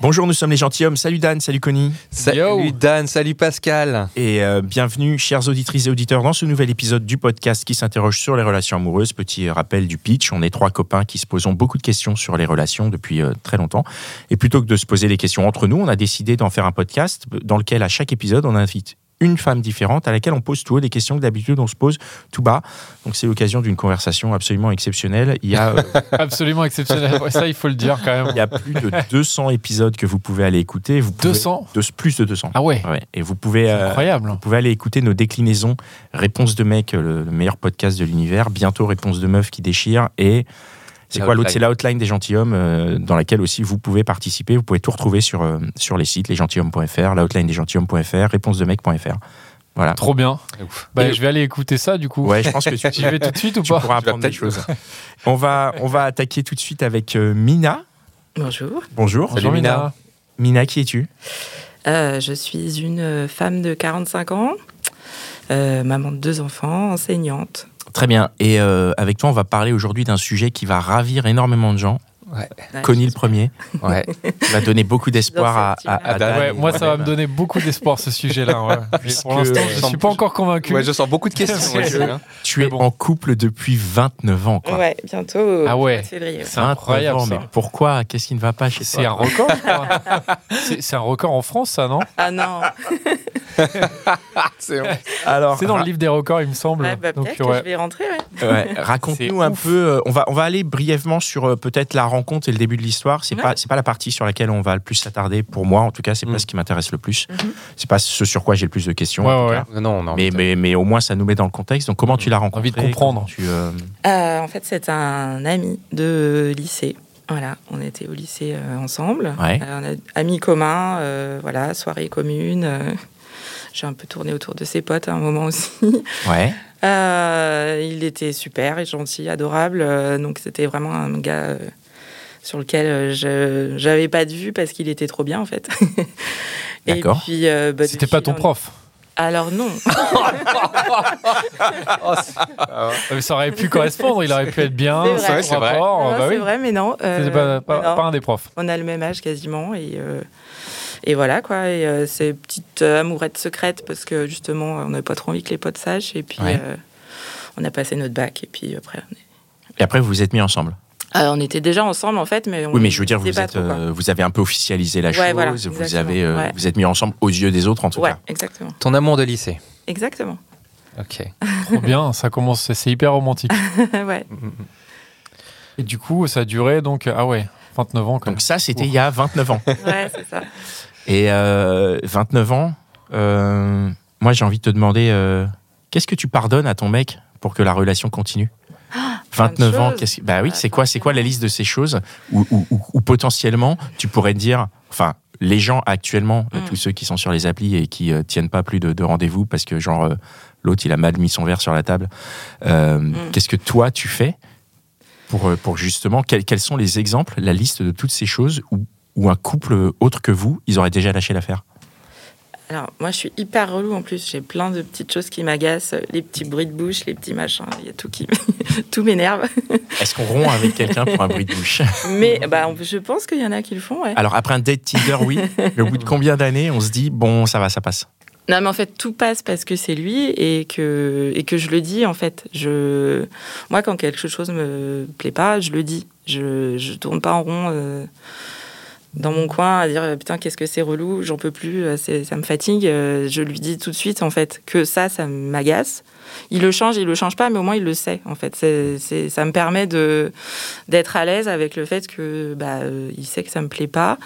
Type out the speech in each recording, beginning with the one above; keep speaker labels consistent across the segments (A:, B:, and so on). A: Bonjour, nous sommes les gentilshommes. Salut Dan, salut Connie.
B: Salut
C: Yo.
B: Dan, salut Pascal.
A: Et euh, bienvenue, chers auditrices et auditeurs, dans ce nouvel épisode du podcast qui s'interroge sur les relations amoureuses. Petit euh, rappel du pitch, on est trois copains qui se posons beaucoup de questions sur les relations depuis euh, très longtemps. Et plutôt que de se poser des questions entre nous, on a décidé d'en faire un podcast dans lequel à chaque épisode, on invite une femme différente à laquelle on pose tout haut des questions que d'habitude on se pose tout bas. Donc c'est l'occasion d'une conversation absolument exceptionnelle. Il y a euh,
C: Absolument exceptionnel. Ouais, ça, il faut le dire quand même.
A: Il y a plus de 200 épisodes que vous pouvez aller écouter. Vous pouvez-
C: 200
A: de- Plus de 200.
C: Ah ouais,
A: Ouais. Et vous pouvez,
C: c'est
A: euh,
C: incroyable.
A: vous pouvez aller écouter nos déclinaisons Réponse de mec, le, le meilleur podcast de l'univers. Bientôt Réponse de meuf qui déchire. Et c'est
B: La
A: quoi l'autre
B: outline.
A: C'est l'outline des gentilshommes euh, dans laquelle aussi vous pouvez participer. Vous pouvez tout retrouver sur, euh, sur les sites lesgentilhommes.fr, l'outline des gentilhommes.fr, réponse de mec.fr. Voilà.
C: Trop bien. Bah,
A: Et-
C: je vais aller écouter ça du coup.
A: Ouais, je pense que tu,
C: J'y vais tout de suite ou
A: tu
C: pas
A: pourras
B: Tu vas
A: apprendre des
B: peut-être-
A: choses. On va, on va attaquer tout de suite avec euh, Mina.
D: Bonjour.
A: Bonjour.
B: Salut, Mina.
A: Mina, qui es-tu
D: Euh, je suis une euh, femme de 45 ans, euh, maman de deux enfants, enseignante.
A: Très bien. Et euh, avec toi, on va parler aujourd'hui d'un sujet qui va ravir énormément de gens.
D: Ouais,
A: Connie le premier.
B: Ouais.
A: qui va donner beaucoup d'espoir à, à, à
B: Ah bah
A: Dan
C: Ouais,
A: et
C: moi, ça va
A: moi-même.
C: me donner beaucoup d'espoir ce sujet-là. ouais. Mais
A: Puisque-
C: Pour l'instant, je
B: Sans
C: suis pas
B: plus-
C: encore convaincu.
B: Ouais, je sens beaucoup de questions.
C: Ouais,
B: je- hein.
A: Tu es
C: Mais bon.
A: en couple depuis 29 ans. Quoi.
D: Ouais, bientôt. au
C: Ah ouais.
D: mois de février, ouais.
C: C'est
A: 29
C: incroyable,
A: ans,
C: ça.
A: mais pourquoi Qu'est-ce qui ne va pas chez
C: C'est un
A: toi
C: record, je crois. C'est c'est un record en France, ça, non
D: Ah non.
B: C'est vrai.
A: Alors, ah.
C: C'est dans le livre des records, il me semble.
D: Ouais, bah,
C: Donc,
D: Peut-être que
C: ouais.
D: je vais rentrer. ouais.
A: ouais, raconte-nous
C: C'est
A: un
C: ouf.
A: peu. euh, on va on va aller brièvement sur euh, peut-être la rencontre et le début de l'histoire. C'est
D: Ouais.
A: pas c'est pas la partie sur laquelle on va le plus s'attarder. Pour moi, en tout cas, c'est
B: Mm.
A: pas ce qui m'intéresse le plus.
D: Mhm.
A: C'est pas ce sur quoi j'ai le plus de questions.
C: Ouais,
A: en tout
C: ouais, Mm.
A: cas.
B: Non, non.
A: Mais, mais, mais au moins, ça nous met dans le contexte. Donc, comment tu l'as rencontré
C: Envie de comprendre.
A: Comment Tu, euh,
D: Euh, en fait, c'est un ami de lycée. Voilà, on était au lycée euh, ensemble.
A: Ouais.
D: Euh, on a amis communs, euh, voilà, soirée commune. euh, J'ai un peu tourné autour de ses potes à un moment aussi.
A: Ouais.
D: Euh, il était super et gentil, adorable. euh, donc c'était vraiment un gars euh, sur lequel euh, je j'avais pas de vue parce qu'il était trop bien en fait. Et
A: D'accord.
D: puis, euh, bah, de
C: C'était pas
D: fil
C: ton
D: en-
C: prof.
D: Alors non.
C: Euh, Ça aurait pu correspondre, il aurait pu être bien.
D: C'est vrai.
C: ça aurait
B: C'est vrai.
A: Oh,
C: rapport,
D: Non,
C: bah
D: c'est
C: oui.
D: vrai, mais non. euh,
C: C'était pas, pas-
D: non.
C: pas un des profs.
D: On a le même âge quasiment et euh, et voilà quoi. Et euh, c'est une petite euh, amourette secrète parce que justement on n'a pas trop envie que les potes sachent et puis.
A: Ouais.
D: euh, on a passé notre bac et puis après. On, est-
A: Et après, vous vous êtes mis ensemble.
D: Ah, on était déjà ensemble en fait, mais on
A: Oui, mais je veux dire, vous,
D: disait pas
A: êtes,
D: trop, quoi.
A: euh, vous avez un peu officialisé la
D: Ouais,
A: chose.
D: voilà,
A: vous,
D: exactement,
A: avez, euh,
D: ouais.
A: vous êtes mis ensemble aux yeux des autres, en tout
D: Ouais,
A: cas.
D: exactement.
B: Ton amour de lycée.
D: Exactement.
B: Ok.
C: Trop bien, ça commence, c'est- c'est hyper romantique.
D: ouais.
C: Et du coup, ça a duré donc, ah ouais, 29 ans quand même.
A: Donc, ça, c'était il y a 29 ans.
D: Ouais, c'est ça.
A: Et euh, 29 ans, euh, moi, j'ai envie de te demander euh, qu'est-ce que tu pardonnes à ton mec pour que la relation continue
D: Ah, plein de
A: 29 ans,
D: choses.
A: qu'est-ce que- bah oui,
D: Ah,
A: c'est quoi, c'est quoi la liste de ces choses où, où- où- où potentiellement tu pourrais dire, enfin, les gens actuellement, euh,
D: Mm.
A: tous ceux qui sont sur les applis et qui euh, tiennent pas plus de, de rendez-vous parce que genre euh, l'autre il a mal mis son verre sur la table. Euh,
D: Mm.
A: Qu'est-ce que toi tu fais pour euh, pour justement quels, quels sont les exemples, la liste de toutes ces choses où où un couple autre que vous, ils auraient déjà lâché l'affaire.
D: Alors, moi, je suis hyper relou en plus. J'ai plein de petites choses qui m'agacent. Les petits bruits de bouche, les petits machins. Il y a tout qui. tout m'énerve.
A: Est-ce qu'on rompt avec quelqu'un pour un bruit de bouche
D: Mais bah, on- je pense qu'il y en a qui le font, ouais.
A: Alors après un date Tinder, oui. Mais au bout de combien d'années, on se dit bon, ça va, ça passe.
D: Non, mais en fait, tout passe parce que c'est lui et que, et que je le dis, en fait. Je, moi, quand quelque chose me plaît pas, je le dis. Je, je tourne pas en rond euh, dans mon coin à dire euh, putain, qu'est-ce que c'est relou, j'en peux plus, euh, c'est- ça me fatigue. Euh, Je lui dis tout de suite, en fait, que ça, ça m'agace. Il le change, il le change pas, mais au moins il le sait, en fait. C'est, c'est- ça me permet de, d'être à l'aise avec le fait que, bah, euh, il sait que ça me plaît pas.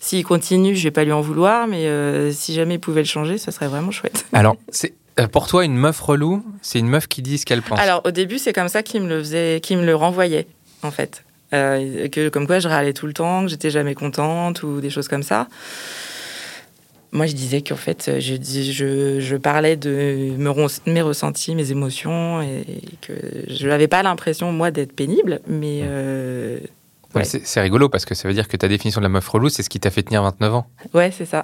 D: S'il continue, je vais pas lui en vouloir, mais euh, si jamais il pouvait le changer, ce serait vraiment chouette.
B: Alors, c'est euh, pour toi, une meuf relou, c'est une meuf qui dit ce qu'elle pense.
D: Alors au début, c'est comme ça qu'il me le faisait, qu'il me le renvoyait, en fait. Euh, que, comme quoi je râlais tout le temps, que j'étais jamais contente ou des choses comme ça. Moi, je disais qu'en fait, je, dis, je, je parlais de me ron- mes ressentis, mes émotions, et, que je n'avais pas l'impression, moi, d'être pénible, mais euh,
B: Ouais,
D: Ouais.
B: C'est c'est rigolo parce que ça veut dire que ta définition de la meuf relou, c'est ce qui t'a fait tenir 29 ans.
D: ouais, c'est ça.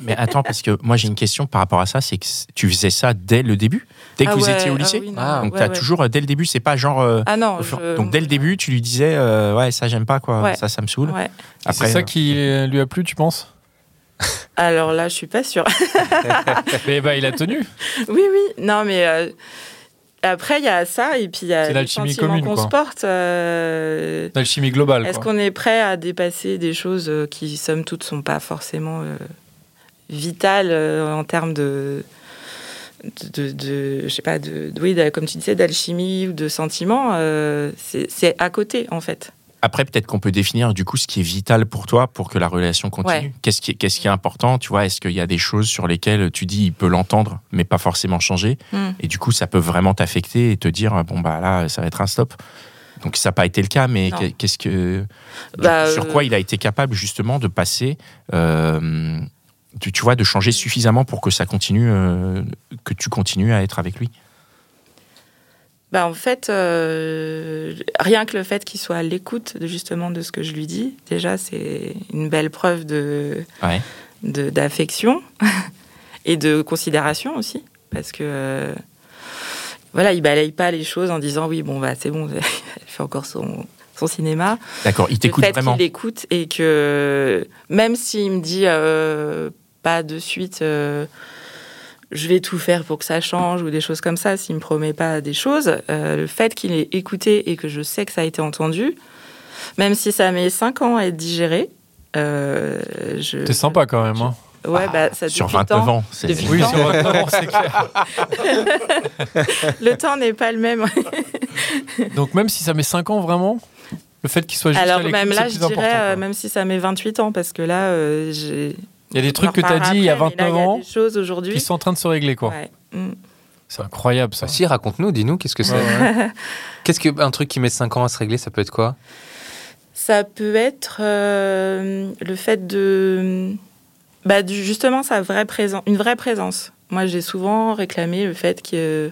A: Mais attends, parce que moi j'ai une question par rapport à ça, c'est que c- tu faisais ça dès le début, dès que
D: Ah
A: vous
D: ouais,
A: étiez au
D: ah
A: lycée.
D: oui, non,
B: Ah,
A: Donc
D: ouais,
A: t'as
D: ouais.
A: toujours euh, dès le début, c'est pas genre. euh,
D: Ah non,
A: au fur-
D: je-
A: Donc dès le début, tu lui disais euh, ouais ça j'aime pas quoi,
D: Ouais.
A: ça ça me saoule. euh,
D: Ouais.
C: Et C'est ça qui lui a plu, tu penses
D: Alors là, je suis pas sûre.
C: Eh ben, il a tenu.
D: Oui, oui. Non, mais euh, après, il y a ça, et puis il y
C: C'est
D: a le
C: l'alchimie
D: sentiment
C: commune,
D: qu'on
C: quoi.
D: se porte. euh,
C: L'alchimie globale.
D: Est-ce
C: quoi.
D: qu'on est prêt à dépasser des choses euh, qui, somme toute, sont pas forcément euh, vitales euh, en termes de, de, de- de- je sais pas, de, de- oui, de- comme tu disais, d'alchimie ou de sentiments euh, C'est c'est à côté, en fait.
A: Après, peut-être qu'on peut définir du coup ce qui est vital pour toi pour que la relation continue.
D: Ouais.
A: Qu'est-ce qui, est- qu'est-ce qui est important Tu vois, est-ce qu'il y a des choses sur lesquelles tu dis il peut l'entendre, mais pas forcément changer
D: Hmm.
A: Et du coup, ça peut vraiment t'affecter et te dire bon bah là, ça va être un stop. Donc ça n'a pas été le cas, mais
D: Non.
A: qu'est- qu'est-ce que du
D: Bah,
A: coup, sur quoi
D: euh,
A: il a été capable justement de passer euh, tu, tu vois, de changer suffisamment pour que ça continue, euh, que tu continues à être avec lui.
D: Bah, en fait, euh, rien que le fait qu'il soit à l'écoute de, justement de ce que je lui dis, déjà, c'est une belle preuve de
A: Ouais.
D: de- d'affection et de considération aussi, parce que euh, voilà, il balaye pas les choses en disant oui, bon bah c'est bon, elle fait encore son son cinéma.
A: D'accord, il t'écoute
D: le fait
A: vraiment.
D: qu'il écoute et que même s'il me dit euh, pas de suite, euh, je vais tout faire pour que ça change ou des choses comme ça, s'il me promet pas des choses, euh, le fait qu'il ait écouté et que je sais que ça a été entendu, même si ça met 5 ans à être digéré. Euh, je...
C: T'es sympa quand même. hein.
D: Ouais,
A: Ah,
D: bah, ça,
A: sur
D: depuis le
A: 29
D: temps,
A: ans. c'est-
D: depuis
C: Oui,
D: Non.
C: sur votre nom, c'est clair.
D: Le temps n'est pas le même.
C: Donc même si ça met 5 ans vraiment, le fait qu'il soit juste à
D: Alors,
C: l'écoute,
D: même
C: c'est
D: là,
C: plus
D: je
C: important,
D: dirais, euh,
C: quoi.
D: même si ça met 28 ans, parce que là, euh, j'ai.
C: Il y a des trucs que
D: Enfin,
C: t'as dit il y a
D: après, mais
C: 29
D: là, Il y a
C: ans
D: des choses aujourd'hui.
C: qui sont en train de se régler quoi.
D: Ouais. Mm.
C: C'est incroyable ça.
B: Bah si, raconte-nous, dis-nous, qu'est-ce que c'est
C: Ouais, ouais.
B: Qu'est-ce que un truc qui met 5 ans à se régler, ça peut être quoi
D: Ça peut être euh, le fait de. Bah, du- justement, sa vraie présence, une vraie présence. Moi, j'ai souvent réclamé le fait qu'il ne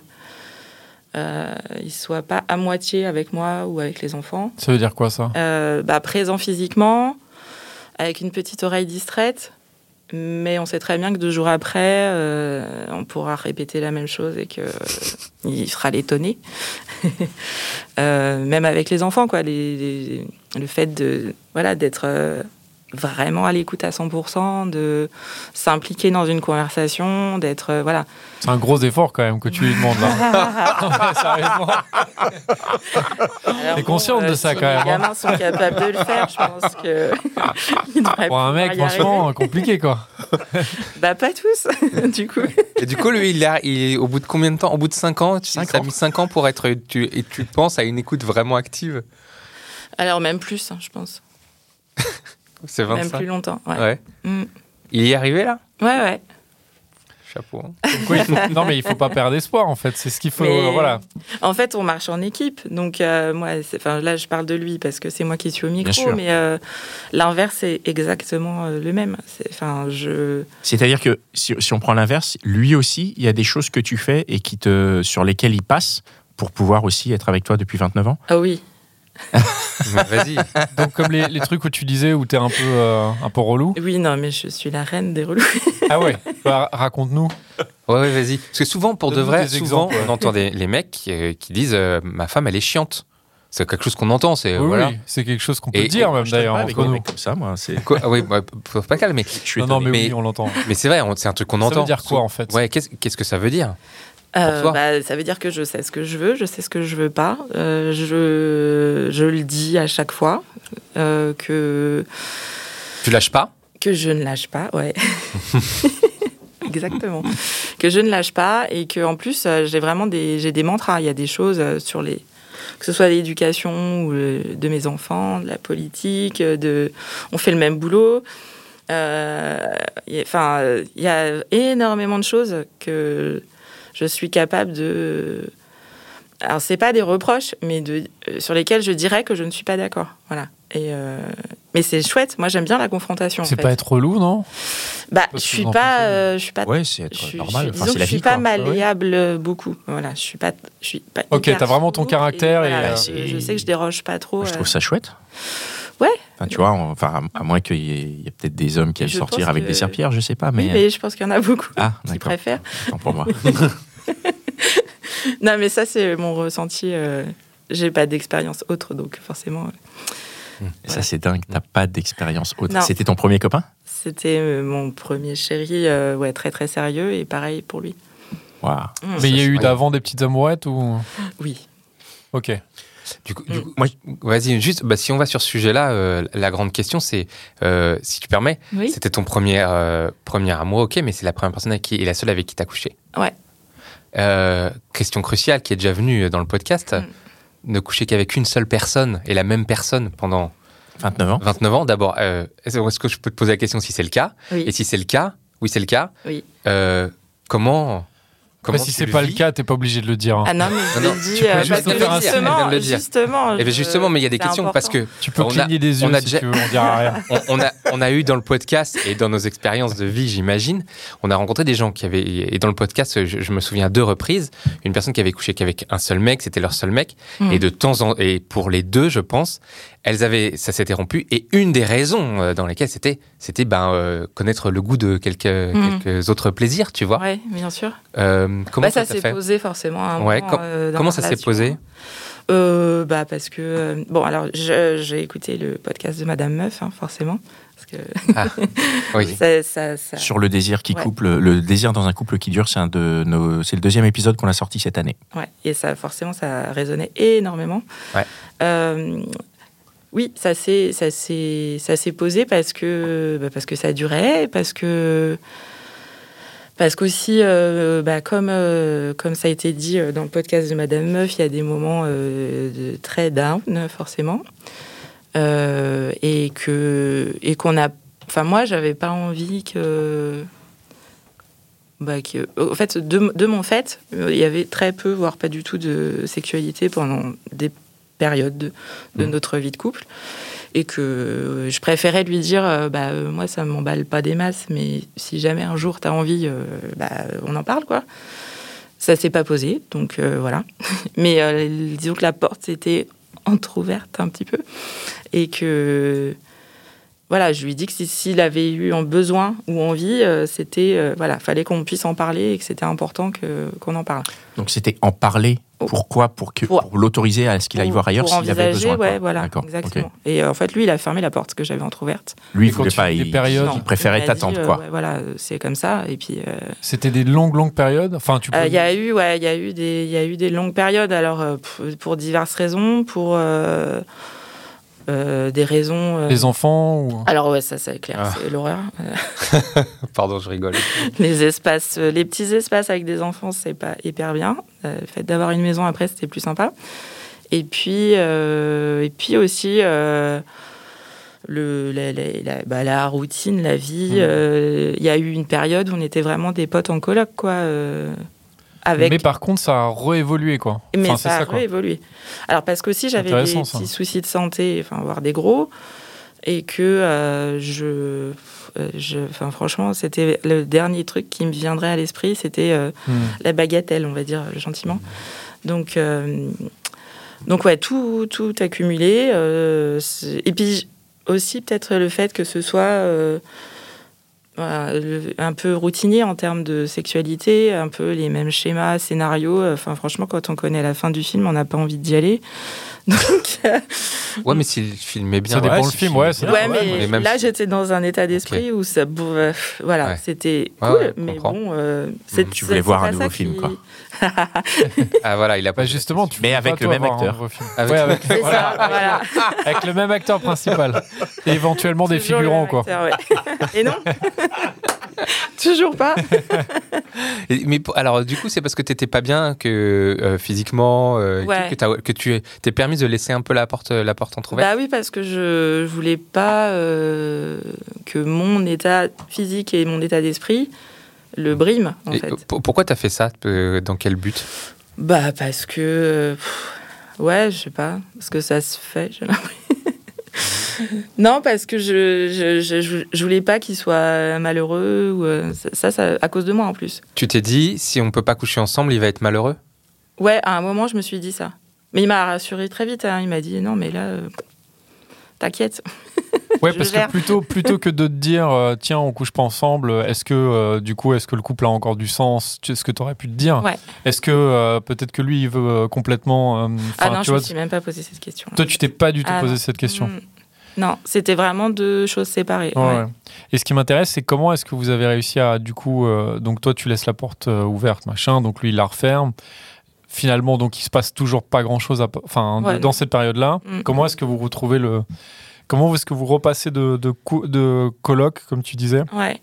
D: soit pas à moitié avec moi ou avec les enfants.
C: Ça veut dire quoi ça
D: Euh, bah, présent physiquement, avec une petite oreille distraite. Mais on sait très bien que deux jours après, euh, on pourra répéter la même chose et que euh, il sera l'étonné. Euh, même avec les enfants, quoi. les- les- le fait de voilà d'être euh, vraiment à l'écoute à 100%, de s'impliquer dans une conversation, d'être euh, voilà.
C: C'est un gros effort quand même que tu lui demandes là. Ouais, sérieusement.
D: Alors,
C: Ah,
D: euh,
C: T'es consciente de ça,
D: si
C: quand même, hein.
D: Les gamins sont capables de le faire. Je pense que ils devraient
C: Pour un
D: pouvoir
C: mec,
D: y arriver.
C: franchement, compliqué quoi.
D: Bah pas tous, du coup.
B: Et du coup, lui, il a, il, au bout de combien de temps Au bout de 5 ans, tu,
A: Cinq
B: ça a
A: ans.
B: mis 5 ans pour être. Tu, et tu penses à une écoute vraiment active
D: Alors même plus, hein, je pense.
B: C'est
D: Même
B: 25.
D: plus longtemps. Ouais.
B: Ouais.
D: Mm.
B: Il y est arrivé là
D: Ouais, ouais.
B: Chapeau. hein.
C: Comme quoi, il faut- Non mais il faut pas perdre espoir en fait. C'est ce qu'il faut.
D: Mais-
C: euh, Voilà.
D: En fait, on marche en équipe. Donc, euh, moi, c'est- enfin, là, je parle de lui parce que c'est moi qui suis au micro,
A: sûr.
D: mais euh, l'inverse est exactement euh, le même. C'est- Enfin, je.
A: C'est-à-dire que si, si on prend l'inverse, lui aussi, il y a des choses que tu fais et qui te, sur lesquelles il passe pour pouvoir aussi être avec toi depuis 29 ans.
D: Ah oui.
B: Mais Vas-y.
C: Donc comme les, les trucs où tu disais où t'es un peu euh, un peu relou.
D: Oui, non, mais je suis la reine des relous.
C: Ah ouais. Bah, raconte-nous.
B: Ouais, ouais, vas-y. Parce que souvent, pour de
C: Donne-nous
B: vrai,
C: des
B: souvent,
C: exemples, ouais.
B: on entend des, les mecs qui, euh, qui disent euh, Ma femme, elle est chiante. C'est quelque chose qu'on entend. C'est
C: Oui,
B: voilà.
C: oui, c'est quelque chose qu'on peut
B: Et-
C: dire
B: et-
C: même
A: Je traite
C: d'ailleurs
A: pas avec
C: entre
A: des
C: nous.
A: mecs comme ça, moi. C'est,
B: Quoi Ah oui, bah, faut pas calmer.
A: je suis
C: Non, non,
A: étonné.
C: mais oui,
B: Mais-
C: on l'entend.
B: Mais c'est vrai, on- c'est un truc qu'on
C: Ça
B: entend.
C: veut dire quoi en fait
B: Ouais, qu'est-ce qu'est-ce que ça veut dire
D: Euh,
B: toi
D: bah, ça veut dire que je sais ce que je veux, je sais ce que je veux pas. Euh, je, je le dis à chaque fois euh, que
B: Tu lâches pas
D: que je ne lâche pas, ouais. Exactement. Que je ne lâche pas et que en plus euh, j'ai vraiment des j'ai des mantras. Il y a des choses euh, sur les que ce soit l'éducation ou le- de mes enfants, de la politique, euh, de on fait le même boulot. Euh, y- Enfin, euh, il y a énormément de choses que je suis capable de alors c'est pas des reproches, mais de, euh, sur lesquels je dirais que je ne suis pas d'accord. Voilà. Et euh, mais c'est chouette. Moi, j'aime bien la confrontation. en
C: C'est
D: fait.
C: pas être relou, non
D: Bah, je
C: parce que
D: suis
C: vous en
D: pas,
C: pensez,
D: euh, je suis pas.
A: Ouais, c'est être
D: je suis-
A: normal.
D: je-
A: Enfin,
D: disons que
A: c'est la
D: je suis
A: vie.
D: pas
A: quoi.
C: oui.
D: malléable euh, beaucoup. Voilà, je suis pas, je suis pas.
C: Ok,
D: hyper
C: t'as vraiment ton
D: souple
C: caractère et,
D: voilà,
C: euh,
D: je, je
C: et-
D: sais que je déroge pas trop.
A: Moi, Je
D: euh,
A: trouve ça chouette.
D: Ouais.
A: Enfin, tu vois, on- enfin, à moins qu'il y ait, il y ait peut-être des hommes qui aiment
D: Je
A: sortir
D: pense
A: avec
D: que-
A: des serpillères, je sais pas, mais.
D: oui,
A: euh,
D: mais je pense qu'il y en a beaucoup
A: Ah,
D: qui
A: d'accord.
D: préfèrent.
A: Tant pour moi.
D: Non, mais ça, c'est mon ressenti. euh, J'ai pas d'expérience autre, donc forcément, euh,
A: Et Ça, c'est dingue. T'as pas d'expérience autre.
D: Non.
A: C'était ton premier copain
D: c'était euh, mon premier chéri, euh, ouais, très très sérieux et pareil pour lui.
A: Waouh.
D: Mm.
C: Mais il y a
B: c'est
C: eu
B: vrai.
C: d'avant des petites amourettes ou
D: Oui.
C: Ok.
B: Du coup, du
D: Mm.
B: coup-
A: Moi,
B: vas-y, juste, bah, si on va sur ce sujet-là, euh, la grande question, c'est, euh, si tu permets,
D: Oui.
B: c'était ton premier, euh, premier amour, ok, mais c'est la première personne avec qui, et la seule avec qui t'as couché.
D: Ouais.
B: Euh, question cruciale qui est déjà venue euh, dans le podcast.
D: Mm.
B: Ne coucher qu'avec une seule personne et la même personne pendant
A: 29 ans.
B: 29 ans, d'abord, euh, est-ce est-ce que je peux te poser la question si c'est le cas Et
D: Oui.
B: si c'est le cas, oui, c'est le cas,
D: Oui.
B: euh, comment, comment
C: Bah, si
B: tu
C: c'est pas le
B: vis
C: cas, t'es pas obligé de le dire. hein.
D: Ah non, mais je
B: Non, non,
D: l'ai dit,
B: tu peux
D: euh,
B: juste
D: parce
B: nous
D: que
B: faire un signe, elle vient
D: justement,
B: de le dire.
D: justement,
B: Eh bien,
D: je-
B: justement, mais il y a des
D: Euh, c'est
B: questions parce
D: important.
B: que
C: Tu peux
B: on a-
C: cligner des yeux
B: on a
C: si
B: déjà-
C: tu veux, on dira rien.
B: on, on a, on a eu dans le podcast et dans nos expériences de vie, j'imagine, on a rencontré des gens qui avaient. Et dans le podcast, je, je me souviens à deux reprises, une personne qui avait couché qu'avec un seul mec, c'était leur seul mec.
D: Mm.
B: Et de temps en et pour les deux, je pense, elles avaient, ça s'était rompu. Et une des raisons euh, dans lesquelles c'était, c'était ben euh, connaître le goût de quelques,
D: Mm.
B: quelques autres plaisirs, tu vois.
D: Ouais, bien sûr.
B: Euh, comment
D: bah, ça
B: ça t'a
D: s'est
B: fait
D: posé forcément. à un
B: Ouais,
D: moment,
B: com-
D: euh, dans
B: comment
D: la
B: ça s'est
D: relation.
B: posé
D: Euh, Bah parce que euh, bon alors je- j'ai écouté le podcast de Madame Meuf hein, forcément parce que
B: Ah, oui.
D: ça, ça, ça-
A: Sur le désir qui
D: Ouais.
A: couple, le désir dans un couple qui dure, c'est un de nos, c'est le deuxième épisode qu'on a sorti cette année.
D: ouais et ça forcément ça résonnait énormément.
B: Ouais.
D: Euh, oui, ça s'est ça s'est ça s'est posé parce que bah, parce que ça durait parce que parce qu'aussi, euh, bah, comme, euh, comme ça a été dit euh, dans le podcast de Madame Meuf, il y a des moments euh, de- très down, forcément. Euh, et que et qu'on a. Enfin, moi, j'avais pas envie que. Bah, que en fait, de, de mon fait, euh, il y avait très peu, voire pas du tout, de sexualité pendant des périodes de, de
B: Mhm.
D: notre vie de couple. Et que euh, je préférais lui dire euh, bah, euh, Moi, ça m'emballe pas des masses, mais si jamais un jour t'as envie, euh, bah, on en parle, quoi. Ça s'est pas posé, donc euh, voilà. mais euh, disons que la porte s'était entrouverte un petit peu et que voilà, je lui dis que si- s'il avait eu en besoin ou envie, euh, c'était euh, voilà, fallait qu'on puisse en parler et que c'était important que qu'on en parle.
A: Donc c'était en parler.
D: Oh.
A: Pourquoi Pour, que-
D: Pour-
A: pour l'autoriser à ce qu'il aille
D: Pour-
A: voir ailleurs
D: pour
A: s'il avait
D: envisager,
A: besoin. quoi.
D: ouais, voilà,
A: D'accord, ok.
D: exactement. Et euh, en fait, lui, il a fermé la porte que j'avais entrouverte.
A: Lui,
C: Et
A: il
C: quand
A: voulait
C: tu
A: pas.
C: fais des
A: il-
C: périodes-
D: Non,
A: il préférait
D: m'a
A: t'attendre,
D: dit, euh,
A: quoi.
D: ouais, voilà, c'est comme ça. Et puis, euh,
C: C'était des longues, longues périodes. Enfin, tu peux.
D: Euh, Il y a eu, ouais, il y a eu des, il y a eu des longues périodes. Alors euh, p- pour diverses raisons, pour euh, euh, des raisons. euh,
C: Les enfants ou.
D: alors ouais, ça c'est clair,
B: Ah.
D: c'est l'horreur. Euh,
B: Pardon, je rigole.
D: les espaces, euh, les petits espaces avec des enfants, c'est pas hyper bien. Euh, le fait d'avoir une maison après, c'était plus sympa. Et puis, euh, et puis aussi. euh, le, la, la, la- bah, la routine, la vie. euh, Il y a eu une période où on était vraiment des potes en coloc, quoi. euh, avec
C: Mais par contre, ça a réévolué quoi.
D: Mais
C: Enfin, c'est
D: ça a
C: ça quoi.
D: réévolué. Alors parce que aussi j'avais des
C: Intéressant, ça.
D: petits soucis de santé, enfin voire des gros, et que euh, je, euh, je, enfin franchement c'était le dernier truc qui me viendrait à l'esprit, c'était euh,
C: Hmm.
D: la bagatelle, on va dire euh, gentiment. Donc euh, donc ouais tout tout accumulé. euh, c'est- et puis j- aussi peut-être le fait que ce soit euh, voilà, le- un peu routinier en termes de sexualité, un peu les mêmes schémas, scénarios. euh, Enfin, franchement, quand on connaît la fin du film, on n'a pas envie d'y aller. Donc, euh,
B: Ouais, mais s'il filmait bien.
C: Ça dépend
B: ouais,
C: le
B: s'il
C: film,
B: filmait
C: ouais, ça
B: bien,
D: ouais,
B: on est
D: mais
B: même-
D: là, j'étais dans un état d'esprit où ça, bon, euh, voilà,
B: Ouais.
D: c'était
B: Ouais,
D: cool,
B: ouais, je
D: mais
B: comprends.
D: bon, euh, c'est-
A: Tu
D: c'est-
A: voulais
D: c'est
A: voir
D: pas
A: un nouveau
D: ça
A: film,
D: qui-
A: quoi.
B: Ah voilà, il a pas
C: Bah justement, tu
A: Mais
C: voulais
A: avec
C: pas,
A: le
C: toi,
A: même
C: avoir un
A: acteur.
C: nouveau film.
B: Avec-
C: Ouais, avec,
D: C'est
C: voilà.
D: ça, voilà.
C: Avec le même acteur principal. Et éventuellement des
D: Toujours le
C: figurants
D: même
C: quoi.
D: acteur, ouais. Et non, toujours pas.
B: Et- Mais pour- alors, du coup, c'est parce que t'étais pas bien que euh, physiquement, euh,
D: Ouais.
B: que, t'as- que tu t'es permis de laisser un peu la porte, euh, la porte entrouverte.
D: Bah oui, parce que je voulais pas euh, que mon état physique et mon état d'esprit le briment, Bah, en
B: Et oh.
D: fait.
B: pour- pourquoi t'as fait ça euh, Dans euh, quel but
D: Bah parce que euh, pff, ouais, je sais pas, parce que ça se fait, j'ai l'impression. non, parce que je je, je- je- je voulais pas qu'il soit malheureux ou euh, ça, ça ça- à cause de moi en plus.
B: Tu t'es dit, si on peut pas coucher ensemble, il va être malheureux
D: Ouais, à un moment je me suis dit ça. Mais il m'a rassuré très vite, hein. il m'a dit non mais là euh, t'inquiète.
C: Ouais,
D: Je
C: parce que
D: gère.
C: plutôt, plutôt que de te dire, euh, tiens, on couche pas ensemble, est-ce que, euh, du coup, est-ce que le couple a encore du sens Tu- Est-ce que t'aurais pu te dire
D: Ouais.
C: Est-ce que euh, peut-être que lui, il veut euh, complètement. euh,
D: Ah
C: enfin,
D: non,
C: tu
D: je me
C: vois,
D: suis même pas posé cette question.
C: toi, tu t'es pas du tout
D: Ah
C: posé
D: non.
C: cette question.
D: Mm. Non, c'était vraiment deux choses séparées.
C: Ouais,
D: ouais.
C: ouais. Et ce qui m'intéresse, c'est comment est-ce que vous avez réussi à, du coup, euh, donc toi, tu laisses la porte euh, ouverte, machin, donc lui, il la referme. Finalement, donc, il se passe toujours pas grand-chose, à- enfin, de-
D: Ouais,
C: dans
D: non.
C: cette période-là.
D: Mm.
C: Comment est-ce que vous retrouvez le, comment est-ce que vous repassez de, de, co- de colloque, comme tu disais,
D: Ouais.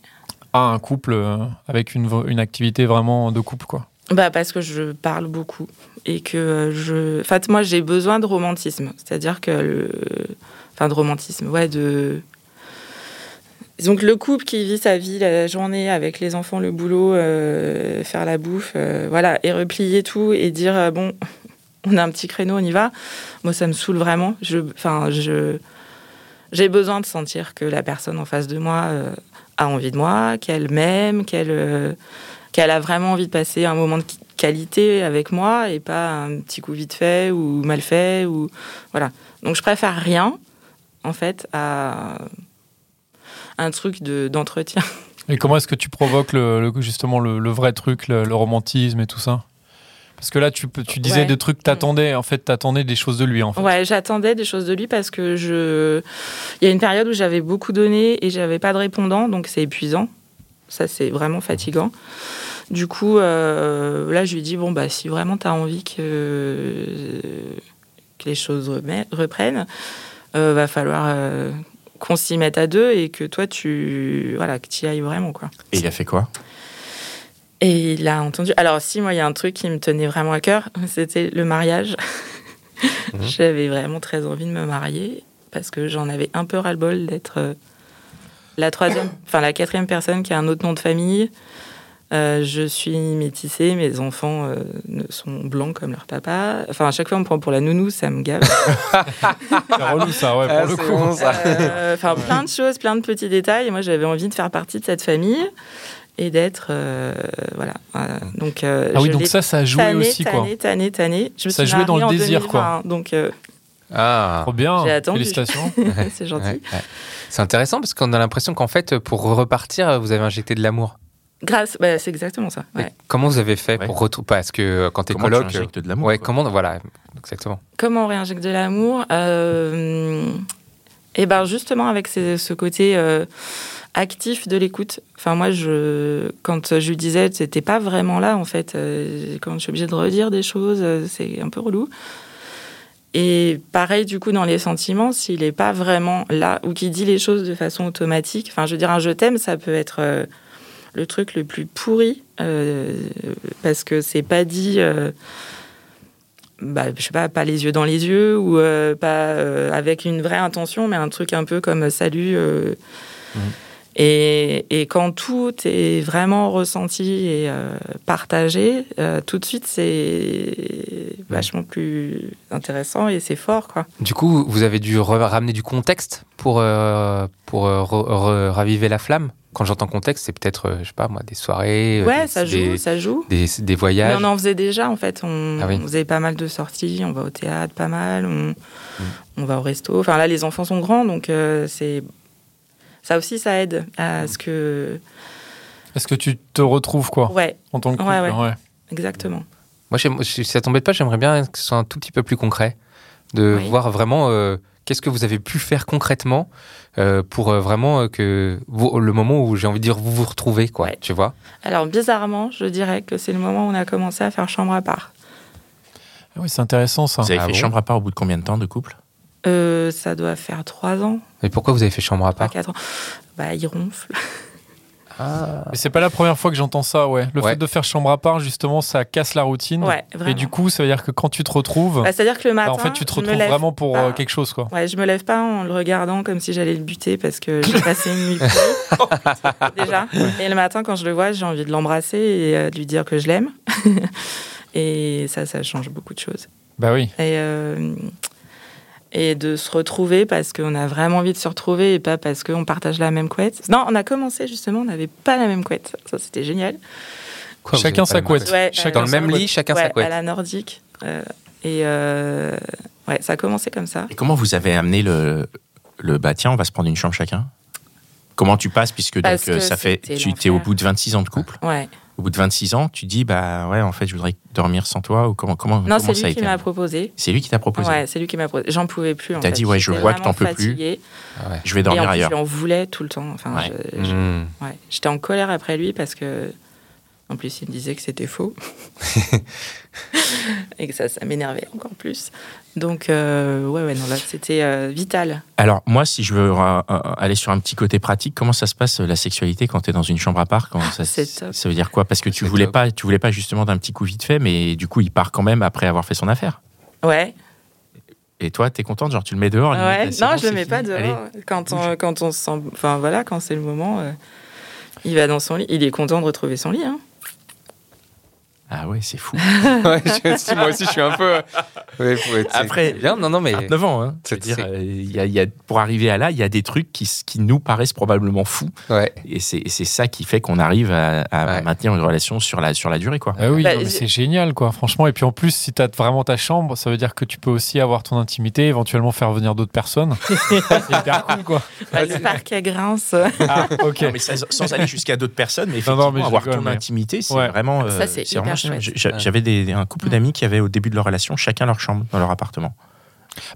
C: à un couple euh, avec une, v- une activité vraiment de couple, quoi.
D: Bah parce que je parle beaucoup et que euh, je. Enfin, moi j'ai besoin de romantisme, c'est-à-dire que le. Enfin de romantisme, ouais de. Donc le couple qui vit sa vie la journée avec les enfants, le boulot, euh, faire la bouffe, euh, voilà, et replier tout et dire euh, bon, on a un petit créneau, on y va. Moi ça me saoule vraiment. Je, enfin je, j'ai besoin de sentir que la personne en face de moi euh, a envie de moi, qu'elle m'aime, qu'elle euh, qu'elle a vraiment envie de passer un moment de qui- qualité avec moi et pas un petit coup vite fait ou mal fait ou voilà. Donc je préfère rien en fait à un truc de d'entretien.
C: Et comment est-ce que tu provoques le, le- justement le, le vrai truc, le, le romantisme et tout ça Parce que là, tu, peux- tu disais
D: Ouais.
C: des trucs, t'attendais, en fait, t'attendais des choses de lui, en fait.
D: Ouais, j'attendais des choses de lui parce que je il y a une période où j'avais beaucoup donné et j'avais pas de répondant donc c'est épuisant. Ça c'est vraiment fatigant. Du coup euh, là je lui dis bon bah si vraiment tu as envie que que les choses remet- reprennent, euh, va falloir euh, qu'on s'y mette à deux et que toi tu voilà que tu ailles vraiment quoi.
A: Et il a fait quoi
D: Et il a entendu. Alors, si, moi, il y a un truc qui me tenait vraiment à cœur, c'était le mariage. J'avais vraiment très envie de me marier parce que j'en avais un peu ras-le-bol d'être euh, la troisième, enfin la quatrième personne qui a un autre nom de famille. Euh, je suis métissée, mes enfants euh, ne sont blancs comme leur papa. Enfin, à chaque fois, on me prend pour la nounou, ça me gave.
C: C'est relou, ça, ouais, pour
D: Ah,
C: le coup.
D: Euh, Enfin, plein de choses, plein de petits détails. Et moi, j'avais envie de faire partie de cette famille et d'être. euh, voilà. Euh, donc, euh,
C: Ah oui,
D: je
C: donc
D: l'ai
C: ça, ça a joué
D: Tanné,
C: aussi, quoi.
D: tanné, tanné, tanné. Je me
C: Ça
D: suis
C: jouait dans le
D: mariée en
C: désir, quoi.
D: 2020, Donc, euh,
B: Ah
C: Trop bien,
D: J'ai attendu.
C: félicitations.
D: c'est gentil.
B: Ouais, ouais. C'est intéressant parce qu'on a l'impression qu'en fait, pour repartir, vous avez injecté de l'amour.
D: Grâce, bah, c'est exactement ça.
B: Et
D: ouais.
B: Comment vous avez fait
A: Ouais.
B: pour retrouver Parce que euh, quand t'es
A: Comment tu
B: coloc. euh,
A: injectes de l'amour
B: Ouais,
A: quoi
B: comment. Voilà, exactement.
D: Comment on réinjecte de l'amour euh, Et ben justement avec ce, ce côté euh, actif de l'écoute. Enfin moi je quand je lui disais c'était pas vraiment là en fait euh, quand je suis obligée de redire des choses euh, c'est un peu relou. Et pareil du coup dans les sentiments s'il est pas vraiment là ou qu'il dit les choses de façon automatique. Enfin je veux dire un je t'aime ça peut être euh, le truc le plus pourri euh, parce que c'est pas dit. euh, bah, je sais pas, pas les yeux dans les yeux ou euh, pas euh, avec une vraie intention, mais un truc un peu comme euh, salut. euh. Et, et quand tout est vraiment ressenti et euh, partagé, euh, tout de suite c'est vachement plus intéressant et c'est fort quoi.
B: Du coup, vous avez dû re- ramener du contexte pour, euh, pour euh, re- re- raviver la flamme. Quand j'entends contexte, c'est peut-être, euh, je sais pas moi, des soirées, euh,
D: Ouais,
B: des,
D: ça joue,
B: des,
D: ça joue.
B: des- des
D: Mais
B: voyages.
D: on en faisait déjà en fait. On,
B: Ah oui.
D: on faisait pas mal de sorties, on va au théâtre pas mal, on,
C: Mm.
D: on va au resto. Enfin là, les enfants sont grands donc euh, c'est. Ça aussi, ça aide
C: Mm.
D: à ce que.
C: Est-ce que tu te retrouves, quoi,
D: Ouais,
C: en tant que couple
D: Ouais, ouais.
C: ouais.
D: exactement.
B: Moi, j'aime- si ça t'embête pas, j'aimerais bien que ce soit un tout petit peu plus concret, de
D: Oui.
B: voir vraiment euh, qu'est-ce que vous avez pu faire concrètement euh, pour euh, vraiment euh, que vous- le moment où j'ai envie de dire vous vous retrouvez, quoi.
D: Ouais.
B: Tu vois
D: Alors bizarrement, je dirais que c'est le moment où on a commencé à faire chambre à part.
C: Ah oui, c'est intéressant, ça.
A: Vous avez
B: Ah
A: fait
B: bon
A: chambre à part au bout de combien de temps de couple
D: Euh, ça doit faire trois ans,
B: Mais pourquoi vous avez fait chambre à
D: pas
B: part
D: quatre ans. Bah, il ronfle.
C: Mais c'est pas la première fois que j'entends ça, ouais. Le
B: Ouais.
C: fait de faire chambre à part, justement, ça casse la routine.
D: Ouais,
C: et
D: vraiment.
C: du coup, ça veut dire que quand tu te retrouves,
D: Bah, C'est-à-dire que le matin,
C: bah, en fait, tu te
D: je me
C: retrouves
D: lève
C: vraiment pour
D: pas.
C: euh, quelque chose, quoi.
D: Ouais, je me lève pas en le regardant comme si j'allais le buter parce que j'ai passé une nuit pourrie, déjà. Et le matin, quand je le vois, j'ai envie de l'embrasser et euh, de lui dire que je l'aime. Et ça, ça change beaucoup de choses.
C: Bah oui.
D: Et, euh, et de se retrouver parce qu'on a vraiment envie de se retrouver et pas parce qu'on partage la même couette. Non, on a commencé justement, on n'avait pas la même couette. Ça, c'était génial.
B: Quoi, vous avez
C: Chacun
B: pas
C: sa
B: la main-
C: couette.
D: Ouais,
C: Chacun
B: Dans le
C: sa
B: même
C: couette.
B: lit, chacun sa
D: Ouais, à
B: couette.
D: la nordique. Euh, et euh, ouais, ça a commencé comme ça.
A: Et comment vous avez amené le, le bah tiens, on va se prendre une chambre chacun Comment tu passes puisque donc,
D: Parce que
A: euh, ça fait
D: c'était
A: tu
D: l'enfer.
A: es au bout de 26 ans de couple,
D: Ouais.
A: au bout de 26 ans, tu dis bah ouais, en fait, je voudrais dormir sans toi ou comment comment
D: Non,
A: comment
D: c'est
A: ça a
D: lui
A: été
D: qui m'a proposé.
A: C'est lui qui t'a proposé.
D: Ouais, c'est lui qui m'a proposé. J'en pouvais plus. en
A: T'as
D: fait.
A: dit, ouais, je
D: J'étais
A: vois que
D: vraiment
A: t'en peux plus.
D: fatiguée.
A: Je vais
D: et
A: dormir
D: en plus,
A: ailleurs.
D: on voulait tout le temps. Enfin,
A: Ouais. Mhm.
D: je- je-
B: Mmh.
D: ouais. j'étais en colère après lui parce que, en plus, il me disait que c'était faux et que ça, ça m'énervait encore plus. Donc, euh, ouais, ouais, non, là, c'était euh, vital.
A: Alors moi, si je veux euh, euh, aller sur un petit côté pratique, comment ça se passe euh, la sexualité quand tu es dans une chambre à part Comment ça,
D: Ah, c'est top.
A: ça veut dire quoi Parce que tu
B: C'est
A: voulais
B: top.
A: pas, tu voulais pas justement d'un petit coup vite fait, mais du coup, il part quand même après avoir fait son affaire.
D: Ouais,
A: Et toi, t'es contente, genre tu le mets dehors. limite,
D: ouais.
A: là, c'est
D: non,
A: bon,
D: je le
A: Oh, c'est
D: mets
A: fini,
D: pas dehors.
A: allez.
D: quand on, quand on se sent, enfin voilà, quand c'est le moment, euh, il va dans son lit. Il est content de retrouver son lit. hein.
A: Ah ouais, c'est fou.
B: Ouais, je- si, moi aussi, je suis un peu. euh, Ouais, faut être- c'est
A: Après-
B: bien, non, non, mais
A: 29 ans, hein.
B: C'est-
A: C'est-à-dire,
B: c'est-
A: euh, il y a- il y a- pour arriver à là, il y a des trucs qui, s- qui nous paraissent probablement fous,
B: ouais.
A: et c'est et c'est ça qui fait qu'on arrive à, à
B: Ouais.
A: maintenir une relation sur la sur la durée, quoi.
C: Ah oui,
D: Bah,
C: non, mais
D: je-
C: c'est génial, quoi, franchement. Et puis en plus, si t'as vraiment ta chambre, ça veut dire que tu peux aussi avoir ton intimité, éventuellement faire venir d'autres personnes. c'est hyper cool, quoi.
D: Bah, le parquet grince.
C: Ah, ok.
A: Non, mais ça- sans aller jusqu'à d'autres personnes, mais
C: Non,
A: effectivement,
C: non, mais je
A: avoir
C: rigole,
A: ton
C: mais-
A: intimité, c'est
C: Ouais.
A: vraiment.
D: Ça,
A: euh,
D: c'est hyper
A: vraiment génial.
D: chouette.
A: J'a- J'avais des- un couple
D: Mm.
A: d'amis qui avaient au début de leur relation chacun leur chambre dans leur appartement.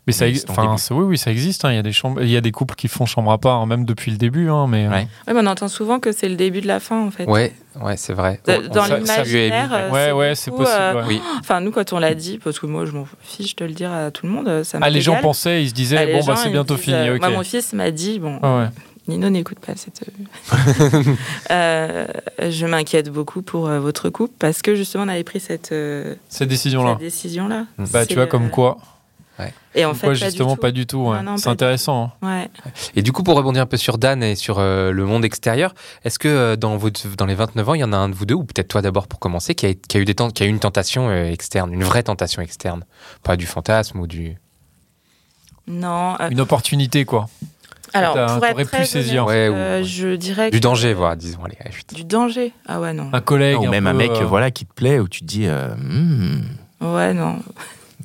C: Mais ça,
A: Mais
C: ex-
A: c'est en
C: enfin,
A: début.
C: c'est- oui, oui, ça existe. hein. Il y a des chambres, il y a des couples qui font chambre à part, hein, même depuis le début. hein, mais
A: Ouais.
D: Ouais, mais on entend souvent que c'est le début de la fin, en fait.
B: Ouais, ouais, c'est vrai.
D: Dans
B: On- on- ça- ça lui est mis.
D: l'imaginaire, euh,
C: ouais,
D: c'est
C: ouais,
D: beaucoup,
C: c'est possible.
D: euh,
C: ouais.
B: Oui,
D: Enfin, nous, quand on l'a dit, parce que moi, je m'en fiche de le dire à tout le monde, euh, ça me
C: Ah, les gens pensaient, ils se disaient, bon, bah, c'est bientôt fini. ok.
D: euh, Moi, mon fils m'a dit, bon,
C: Ah ouais.
D: Nino n'écoute pas cette. Euh, je m'inquiète beaucoup pour euh, votre couple parce que justement, on avait pris cette, euh,
C: Cette
D: cette
C: décision-là.
D: décision-là.
C: Bah,
D: C'est
C: tu vois,
D: le-
C: comme quoi.
D: Et en
C: comme
D: fait,
C: quoi,
D: pas
C: justement,
D: du
C: pas du tout. ouais.
D: Non, non,
C: C'est
D: pas du
C: intéressant. hein.
D: tout. Ouais.
B: Et du coup, pour rebondir un peu sur Dan et sur euh, le monde extérieur, est-ce que euh, dans, votre- dans les 29 ans, il y en a un de vous deux, ou peut-être toi d'abord pour commencer, qui a, qui a eu, des ten- qui a eu une tentation euh, externe, une vraie tentation externe Pas du fantasme ou du.
D: Non. euh,
C: Une opportunité, quoi.
D: alors,
C: t'as-
D: pour être
C: t'aurais pu
D: très
C: saisir.
D: honnête,
B: Ouais, ou-
D: euh,
B: ouais.
D: je dirais.
B: Du
D: que-
B: danger, voilà, disons. Allez, allez, chut.
D: Du danger. Ah ouais, non.
C: Un collègue.
A: Ou
C: un
A: même un
C: peu,
A: mec
C: euh,
A: voilà, qui te plaît, où tu te dis. euh, Hmm,
C: Ah.
D: Ouais, non.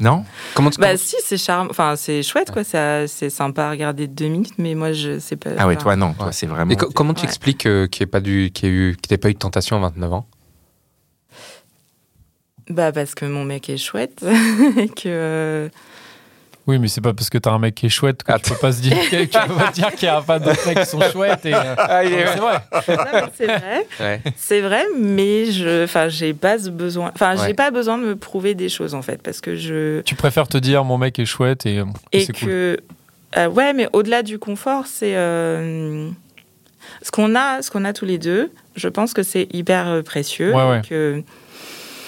A: non
B: Comment tu.
D: Bah si, c'est charmant. Enfin, c'est chouette, quoi. Ça, c'est sympa à regarder deux minutes, mais moi, je sais pas.
A: Ah ouais,
D: enfin,
A: toi, non. Toi,
B: Ouais.
A: c'est vraiment.
B: et co- comment tu
D: Ouais.
B: expliques euh, qu'il n'y ait pas du- qu'il y ait eu- qu'il t'ait pas eu de tentation à 29 ans
D: Bah parce que mon mec est chouette et que euh,
C: Oui, mais c'est pas parce que t'as un mec qui est chouette que
B: Ah,
C: tu peux pas se dire, que- tu peux pas dire qu'il y a pas d'autres mecs qui sont chouettes. et, euh,
B: Ah,
C: non, mais c'est vrai.
D: Non, mais c'est vrai,
B: ouais.
D: c'est vrai, mais je, enfin j'ai pas ce besoin, enfin
B: Ouais.
D: j'ai pas besoin de me prouver des choses en fait parce que je
C: Tu préfères te dire, mon mec est chouette et, euh, et
D: et
C: c'est cool.
D: que euh, ouais mais au-delà du confort c'est euh, ce qu'on a, ce qu'on a tous les deux, je pense que c'est hyper euh, précieux.
C: Ouais, ouais.
D: que-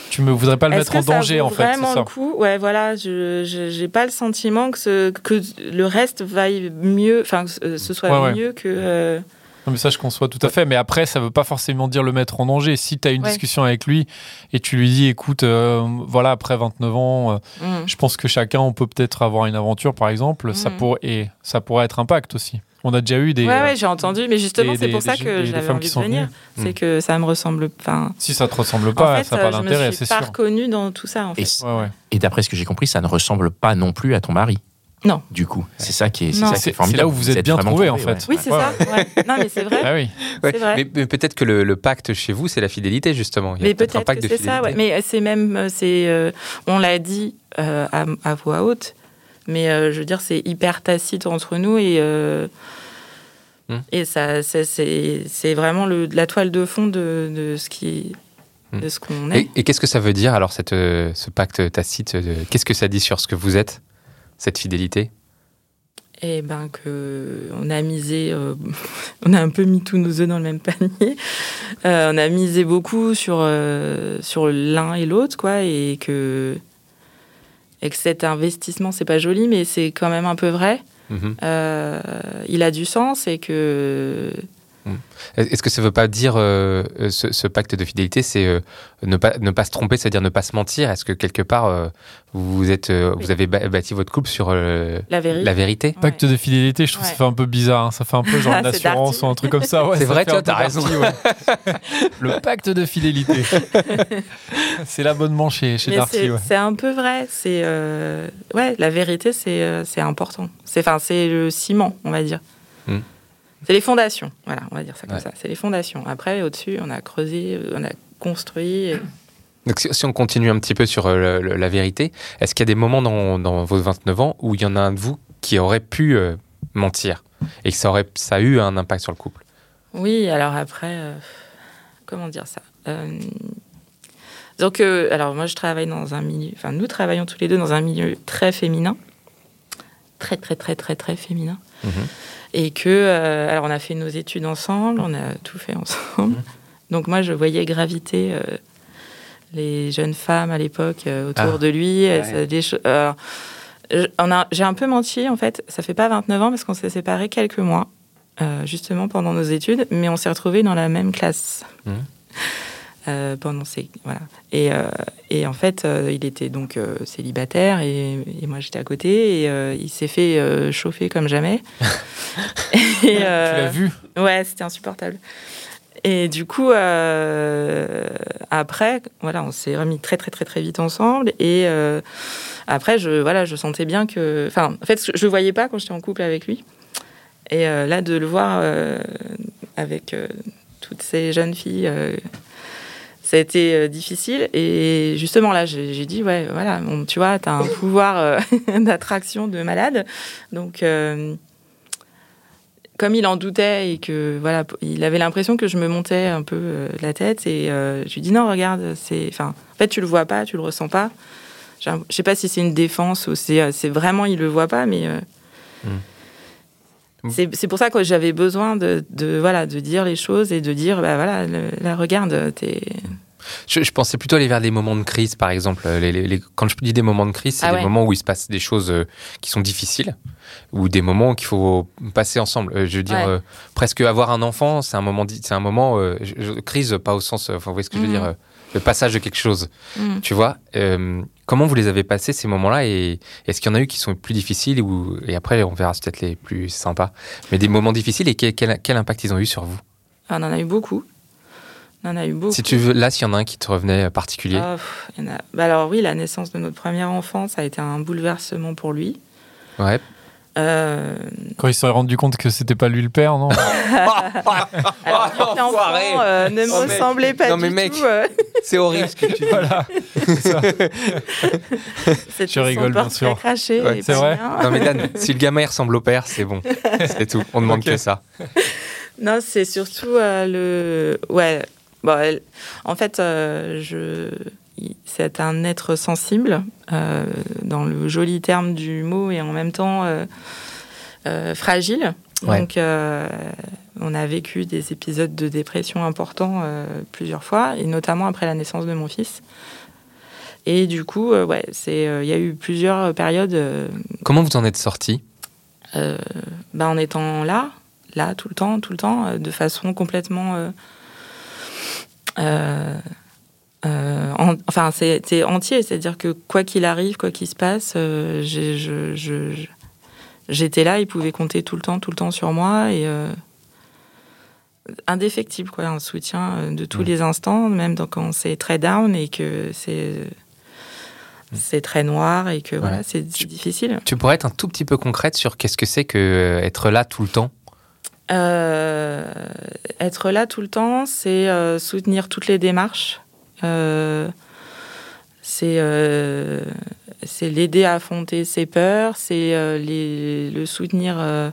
C: Tu me voudrais pas le
D: Est-ce
C: mettre
D: que
C: en
D: ça
C: danger,
D: vaut
C: en fait.
D: Vraiment
C: C'est ça.
D: le coup. Ouais, voilà, je je- j'ai pas le sentiment que ce, que le reste vaille mieux, enfin que ce- ce soit
C: Ouais, ouais.
D: mieux que. euh,
C: Non, mais ça, je conçois tout à fait. Mais après, ça veut pas forcément dire le mettre en danger. Si tu as une
D: Ouais.
C: discussion avec lui et tu lui dis, écoute, euh, voilà, après 29 ans, euh,
D: hmm.
C: je pense que chacun, on peut peut-être avoir une aventure, par exemple, ça,
D: Mhm.
C: pour... et ça pourrait être un pacte aussi. On a déjà eu des.
D: ouais,
C: euh,
D: ouais, j'ai entendu, mais justement,
C: des-
D: c'est
C: des-
D: pour ça
C: des-
D: que
C: des
D: j'avais
C: femmes qui
D: envie de
C: sont
D: venir.
C: venues.
D: C'est que ça me ressemble. Enfin,
C: Si ça te ressemble
D: en
C: pas,
D: fait,
C: ça n'a pas
D: euh, je
C: d'intérêt,
D: me
C: c'est
D: suis pas
C: sûr.
D: reconnue dans tout ça, en
A: Et,
D: fait.
A: c-
C: Ouais, ouais.
A: et d'après ce que j'ai compris, ça ne ressemble pas non plus à ton mari.
D: Non.
A: Du coup, c'est ça qui est, c'est
D: Non.
A: ça qui est
C: C'est- c'est
A: formidable.
C: là où vous êtes bien
A: vraiment
C: trouvés, en
A: trouvés,
C: fait.
D: Oui, c'est
C: Ouais,
D: ça. ouais. Non, mais c'est vrai.
C: Ah oui.
D: C'est
B: Ouais.
D: vrai.
B: Mais, mais peut-être que le, le pacte chez vous, c'est la fidélité, justement. Il y a
D: Mais
B: un
D: peut-être
B: pacte
D: que
B: de
D: c'est ça. ouais.
B: fidélité.
D: Mais euh, c'est même, euh, c'est, euh, on l'a dit euh, à, à voix haute, mais euh, je veux dire, c'est hyper tacite entre nous et. euh,
B: Hmm.
D: Et ça, ça, c'est c'est vraiment le, la toile de fond de, de ce qui,
B: Hmm.
D: de ce qu'on est.
B: Et, et qu'est-ce que ça veut dire alors cette, euh, ce pacte tacite euh, Qu'est-ce que ça dit sur ce que vous êtes Cette fidélité
D: Eh ben que on a misé, euh, on a un peu mis tous nos œufs dans le même panier. Euh, on a misé beaucoup sur euh, sur l'un et l'autre, quoi, et que et que cet investissement, c'est pas joli, mais
C: Mhm.
D: c'est quand même un peu vrai.
B: Mhm.
D: Euh, il a du sens et que
B: Est-ce que ça ne veut pas dire euh, ce, ce pacte de fidélité, c'est euh, ne, pas, ne pas se tromper, c'est-à-dire ne pas se mentir Est-ce que quelque part, euh, vous, êtes, euh, vous avez ba- bâti votre couple sur euh,
D: La vérité.
B: la vérité
D: Ouais.
C: Pacte de fidélité, je trouve que ça
D: Ouais.
C: fait un peu bizarre. hein. Ça fait un peu genre
D: Ah,
C: une
D: c'est
C: assurance
D: Darty.
C: ou un truc comme ça. Ah ouais,
B: C'est
C: ça
B: vrai,
C: fait
B: tiens,
C: un peu
B: t'as raison.
C: Darty, ouais. Le pacte de fidélité. c'est l'abonnement chez, chez
D: Mais
C: Darty.
D: c'est
C: ouais.
D: c'est un peu vrai. C'est euh, ouais, la vérité, c'est euh, c'est important. C'est enfin, c'est le ciment, on va dire.
B: Hmm.
D: C'est les fondations. Voilà, on va dire ça comme
B: Ouais.
D: ça. C'est les fondations. Après, au-dessus, on a creusé, euh, on a construit. euh, et-
B: Donc, si, si on continue un petit peu sur euh, le- le- la vérité, est-ce qu'il y a des moments dans, dans vos 29 ans où il y en a un de vous qui aurait pu euh, mentir et que ça, aurait, ça a eu un impact sur le couple
D: Oui, alors après, euh, comment dire ça Euh, Donc, euh, alors moi, je travaille dans un milieu, enfin, nous travaillons tous les deux dans un milieu très féminin, très, très, très, très, très féminin.
C: Mm-hmm.
B: Mhm.
D: Et que, euh, alors, on a fait nos études ensemble, on a tout fait ensemble. Donc, moi, je voyais graviter. euh, les jeunes femmes à l'époque euh, autour
B: Ah.
D: de lui. elles, euh, des cho- alors, je- on a- J'ai un peu menti, en fait. Ça fait pas 29 ans parce qu'on s'est séparés quelques mois, euh, justement pendant nos études, mais on s'est retrouvés dans la même classe.
C: Mmh.
B: Mhm.
D: Euh, pendant ces voilà et, euh, et en fait euh, il était donc euh, célibataire et, et moi j'étais à côté et euh, il s'est fait euh, chauffer comme jamais et,
C: Tu l'as
D: euh,
C: vu
D: Ouais, c'était insupportable. Et du coup, euh, après, voilà, on s'est remis très très très très vite ensemble. Et euh, après, je voilà, je sentais bien que, enfin, en fait, je le voyais pas quand j'étais en couple avec lui. Et euh, là, de le voir euh, avec euh, toutes ces jeunes filles, euh, ça a été euh, difficile. Et justement là, j'ai j'ai dit ouais, voilà, bon, tu vois, t'as un pouvoir euh, d'attraction de malade, donc. euh, comme il en doutait et que voilà, p- il avait l'impression que je me montais un peu euh, la tête et euh, je lui dis non, regarde, c'est, enfin, en fait, tu le vois pas, tu le ressens pas. J'ai un- Je sais pas si c'est une défense ou c'est, euh, c'est vraiment il le voit pas, mais euh,
B: Mm.
D: c'est, c'est pour ça que j'avais besoin de, de voilà de dire les choses et de dire bah voilà, le- là regarde, t'es
B: Je, je pensais plutôt aller vers des moments de crise, par exemple. Euh, les- les- les- quand je dis des moments de crise, c'est
D: Ah
B: des
D: ouais.
B: moments où il se passe des choses euh, qui sont difficiles ou des moments qu'il faut passer ensemble. Euh, je veux dire,
D: Ouais.
B: euh, presque avoir un enfant, c'est un moment, di- c'est un moment euh, je- je- crise, pas au sens. euh, Enfin, vous voyez ce que je veux
D: Mhm.
B: dire euh, Le passage de quelque chose.
D: Mhm.
B: Tu vois euh, Comment vous les avez passés ces moments-là et est-ce qu'il y en a eu qui sont plus difficiles ou et après on verra c'est peut-être les plus sympas, mais des moments difficiles et que- quel, quel impact ils ont eu sur vous
D: on en a eu beaucoup, on en a eu beaucoup.
B: Si tu veux, là, s'il y en a un qui te revenait euh, particulier.
D: Ah, pff, il y en a- bah alors oui, la naissance de notre premier enfant, ça a été un bouleversement pour lui. Ah.
B: Ouais.
D: Euh,
C: Quand il s'est rendu compte que c'était pas lui le père, non
D: alors, quand t'es
B: enfoiré.
D: enfant, Ah, euh, ne me
B: Oh, mec.
D: ressemblait pas
B: Non,
D: du
B: mais mec.
D: tout. euh,
B: C'est horrible ce que tu dis.
C: Voilà.
D: c'était
C: Je rigole,
D: son
C: bien
D: portrait
C: sûr.
D: craché
B: Ouais,
D: et
C: c'est
D: pas
C: vrai.
D: bien.
B: Non mais Dan, si le gamin il ressemble au père, c'est bon. C'est tout. On demande
C: Ok.
B: que ça.
D: Non, c'est surtout euh, le. Ouais. Bon, elle- en fait, euh, je. il- C'est un être sensible, euh, dans le joli terme du mot, et en même temps euh, euh, fragile.
B: Ouais.
D: Donc, euh, on a vécu des épisodes de dépression importants euh, plusieurs fois, et notamment après la naissance de mon fils. Et du coup, euh, ouais, c'est, euh, il y a eu plusieurs périodes euh,
B: Comment vous en êtes sorti
D: euh, bah, en étant là, là, tout le temps, tout le temps, euh, de façon complètement. euh, euh, euh, en- enfin, c'est c'est entier, c'est-à-dire que quoi qu'il arrive, quoi qu'il se passe, euh, j'ai- je- je- je- j'étais là, il pouvait compter tout le temps, tout le temps sur moi et. euh, indéfectible quoi un soutien euh, de tous
B: Mm.
D: les instants même donc quand c'est très down et que c'est c'est très noir et que voilà c'est c'est difficile
B: Tu pourrais être un tout petit peu concrète sur qu'est-ce que c'est que euh, être là tout le temps
D: Euh, être là tout le temps, c'est euh, soutenir toutes les démarches. Euh, c'est euh, c'est l'aider à affronter ses peurs, c'est euh, les- le soutenir euh,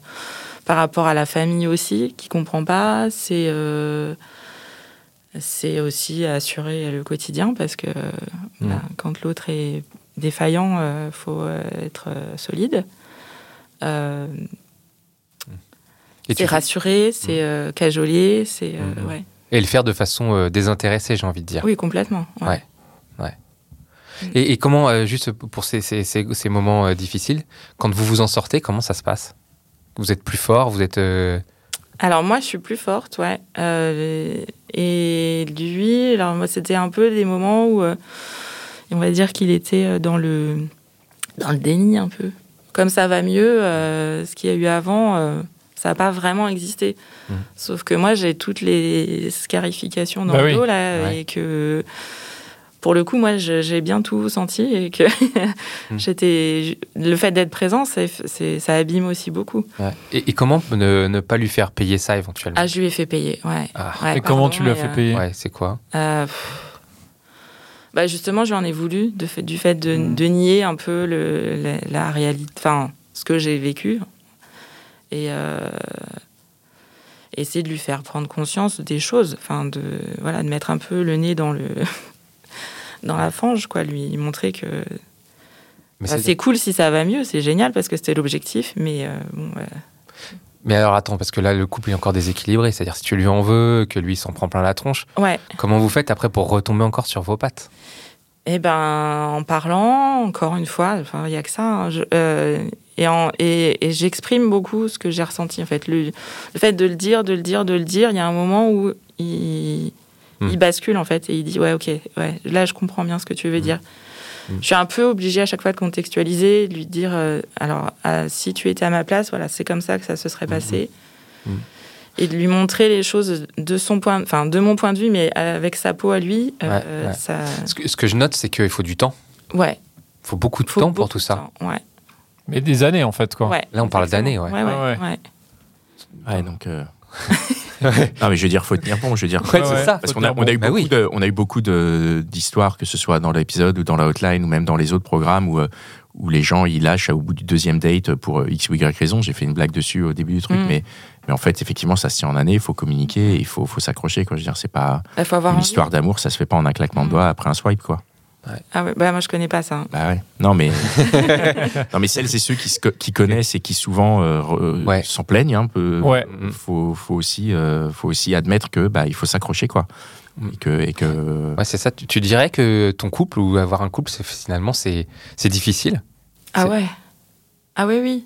D: par rapport à la famille aussi, qui comprend pas. C'est euh, c'est aussi assurer le quotidien parce que euh,
B: Mm.
D: bah, quand l'autre est défaillant, euh, faut euh, être euh, solide. Euh,
B: et,
D: c'est
B: tu-
D: rassurer, c'est euh, cajoler, c'est. euh,
B: Mhm.
D: ouais.
B: et le faire de façon euh, désintéressée, j'ai envie de dire.
D: Oui, complètement. ouais.
B: Ouais. Et, et comment, euh, juste pour ces, ces- ces- ces moments euh, difficiles, quand vous vous en sortez, comment ça se passe Vous êtes plus fort, vous êtes euh,
D: Alors moi, je suis plus forte, ouais. Euh, et lui, alors moi, c'était un peu des moments où euh, on va dire qu'il était euh, dans le dans le déni un peu. Comme ça va mieux, euh, ce qu'il y a eu avant, euh, ça n'a pas vraiment existé.
C: Mmh.
B: Mhm.
D: Sauf que moi, j'ai toutes les scarifications dans
C: Bah
D: le
C: oui,
D: dos là,
B: ouais.
D: et que pour le coup, moi, je- j'ai bien tout senti et que
C: Mmh.
D: j'étais. Le fait d'être présent, c'est, c'est- ça abîme aussi beaucoup.
B: Ouais. Et, et comment ne, ne pas lui faire payer ça éventuellement
D: Ah, je lui ai fait payer, ouais.
B: Ah.
D: Ouais,
C: Et comment
D: pardon,
C: tu lui as
D: et,
C: fait
D: euh,
C: payer
B: Ouais, c'est quoi
D: Euh, pff. bah justement, je lui en ai voulu de fait, du fait de,
C: Mm.
D: de nier un peu le, la, la réalité, enfin, ce que j'ai vécu. Et euh, essayer de lui faire prendre conscience des choses, enfin, de, voilà, de mettre un peu le nez dans, le dans la fange, quoi, lui montrer que
B: mais,
D: Enfin,
B: c'est-
D: Ah, c'est cool si ça va mieux, c'est génial parce que c'était l'objectif, mais euh, bon, ouais.
B: mais alors attends, parce que là, le couple est encore déséquilibré. C'est-à-dire, si tu lui en veux, que lui s'en prend plein la tronche,
D: ouais.
B: comment vous faites après pour retomber encore sur vos pattes
D: Eh ben, en parlant, encore une fois, enfin, il n'y a que ça. hein, je- euh, et en- et, et j'exprime beaucoup ce que j'ai ressenti, en fait. Le, le fait de le dire, de le dire, de le dire, il y a un moment où il,
B: Hmm.
D: il bascule, en fait, et il dit Ouais, ok, ouais, là, je comprends bien ce que tu veux
B: Hmm.
D: dire. Je suis un peu obligée à chaque fois de contextualiser, de lui dire euh, Alors, ah, si tu étais à ma place, voilà, c'est comme ça que ça se serait passé.
B: Hmm.
D: Et de lui montrer les choses de son point, enfin de mon point de vue, mais avec sa peau à lui, euh,
B: Ouais, ouais.
D: ça,
B: ce que, ce que je note, c'est qu'il faut du temps.
D: ouais,
B: Il faut beaucoup de
D: faut
B: temps pour
D: beaucoup
B: tout
D: de
B: ça.
D: temps, Ouais.
C: Mais des années en fait quoi.
D: ouais,
B: Là, on parle
D: exactement.
B: d'années, ouais.
D: Ouais, ouais,
C: Ouais, ouais.
D: ouais.
A: Ouais, donc. euh, non, mais je veux dire, faut tenir bon. Je veux dire,
C: Ouais, ouais.
A: Parce qu'on a, on a eu
B: Bah
A: beaucoup
B: oui.
A: de- on a eu beaucoup de- d'histoires, que ce soit dans l'épisode ou dans la hotline ou même dans les autres programmes où, euh, où les gens ils lâchent au bout du deuxième date pour euh, X ou Y raison. J'ai fait une blague dessus au début du truc,
D: Mm.
A: mais, mais en fait, effectivement, ça se tient en année, il faut communiquer, il faut, faut s'accrocher. Quoi. Je veux dire, c'est pas
D: Il faut avoir
A: une
D: envie.
A: histoire d'amour, ça se fait pas en un claquement de doigts après un swipe, quoi.
D: Ah ouais, bah moi je connais pas ça. hein.
A: Bah ouais. Non, mais, non, mais celles et ceux qui, se co- qui connaissent et qui souvent euh, re-
B: Ouais.
A: s'en plaignent, hein, peu,
C: Ouais.
A: faut, faut, aussi, euh, faut aussi admettre que bah, il faut s'accrocher, quoi.
D: Mm.
A: Et que, et que...
B: Ouais, c'est ça. Tu, tu dirais que ton couple ou avoir un couple, c'est finalement c'est c'est difficile.
D: Ah
B: C'est-
D: ouais. Ah oui, oui.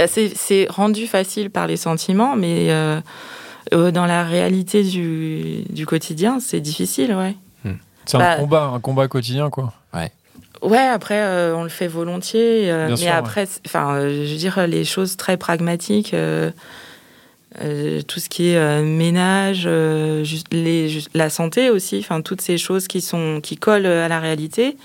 D: Euh, C'est c'est rendu facile par les sentiments, mais euh, euh, dans la réalité du, du quotidien, c'est difficile, ouais.
C: C'est
D: Bah-
C: un combat, un combat quotidien quoi.
D: Ouais, après, euh, on le fait volontiers. euh,
C: Bien
D: mais
C: sûr, ouais.
D: après, c'est- enfin, euh, je veux dire, les choses très pragmatiques, euh, euh, tout ce qui est euh, ménage, euh, juste les, juste la santé aussi, enfin, toutes ces choses qui, sont, qui collent euh, à la réalité,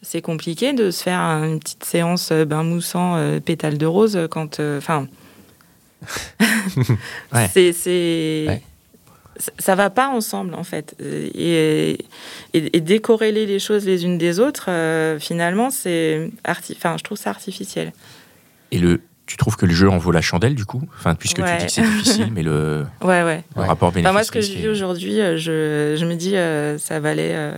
D: c'est compliqué de se faire une petite séance euh, bain moussant, euh, pétale de rose, quand. euh, Enfin.
A: Ouais.
D: C'est. c'est-
B: Ouais.
D: ça- Ça va pas ensemble en fait. Euh, Et, et, et décorréler les choses les unes des autres, euh, finalement, c'est arti- enfin, je trouve ça artificiel.
A: Et le, tu trouves que le jeu en vaut la chandelle, du coup enfin, Puisque
D: Ouais.
A: tu dis que c'est difficile, mais le,
D: Ouais, ouais.
A: le
B: Ouais.
A: rapport bénéfice
D: Enfin, moi, ce que je vis aujourd'hui, euh, je, je me dis, euh, ça valait, euh,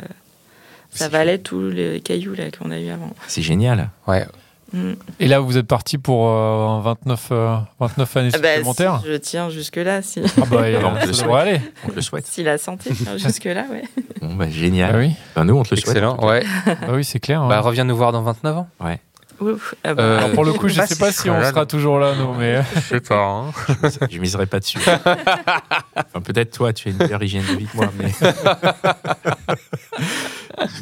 D: ça
A: C'est
D: valait tous les cailloux là qu'on a eu avant.
A: C'est génial.
B: Ouais.
D: Mm.
C: Et là vous êtes parti pour euh, 29, euh, 29 années
D: Ah bah,
C: supplémentaires.
D: si je tiens jusque là, si,
C: Ah bah, et,
A: Bah, on
C: euh,
A: te le
C: ça
A: souhaite.
C: devrait aller.
A: On te le souhaite.
D: si la santé tient jusque là, ouais.
A: Bon, bah, génial.
C: Bah
D: Ah
C: oui,
A: Enfin, nous, on te le souhaite.
B: Excellent. Ouais.
C: Bah oui c'est clair. hein.
B: Bah, reviens nous voir dans 29 ans.
D: Ouf, ah bah.
B: Euh,
C: Alors, pour le coup,
A: je
C: je
A: sais
C: sais
A: pas
C: pas
A: si
C: si
A: je serai
C: on
A: là,
C: sera
A: non.
C: toujours là, non, mais euh,
B: Je sais pas. hein.
A: Je miserai pas dessus. Enfin, peut-être toi, tu as une meilleure hygiène de vie que moi. Mais,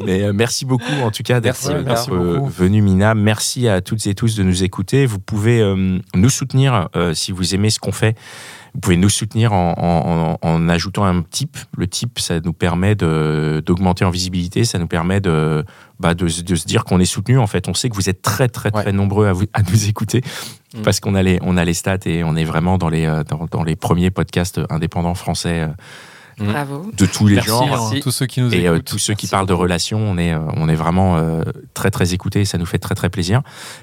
A: Mais, euh, merci beaucoup, en tout cas, d'être
B: Merci,
A: euh,
C: merci
A: d'être, euh,
C: beaucoup.
A: venu, Mina. Merci à toutes et tous de nous écouter. Vous pouvez euh, nous soutenir euh, si vous aimez ce qu'on fait. Vous pouvez nous soutenir en, en- en- en ajoutant un type. Le type, ça nous permet de- d'augmenter en visibilité, ça nous permet de, bah, de, se- de se dire qu'on est soutenu. En fait, on sait que vous êtes très, très, très
B: Ouais.
A: nombreux à, vous- à nous écouter
B: Mm.
A: parce qu'on a, les- on a les stats et on est vraiment dans les, euh, dans, dans les premiers podcasts indépendants français euh,
D: Bravo.
A: de tous les
C: merci
A: genres.
C: hein,
B: merci.
C: tous ceux qui nous
A: Et euh,
C: écoutent.
A: tous ceux qui
B: Merci
A: parlent de relations, on est, euh, on est vraiment euh, très très écoutés et ça nous fait très très plaisir.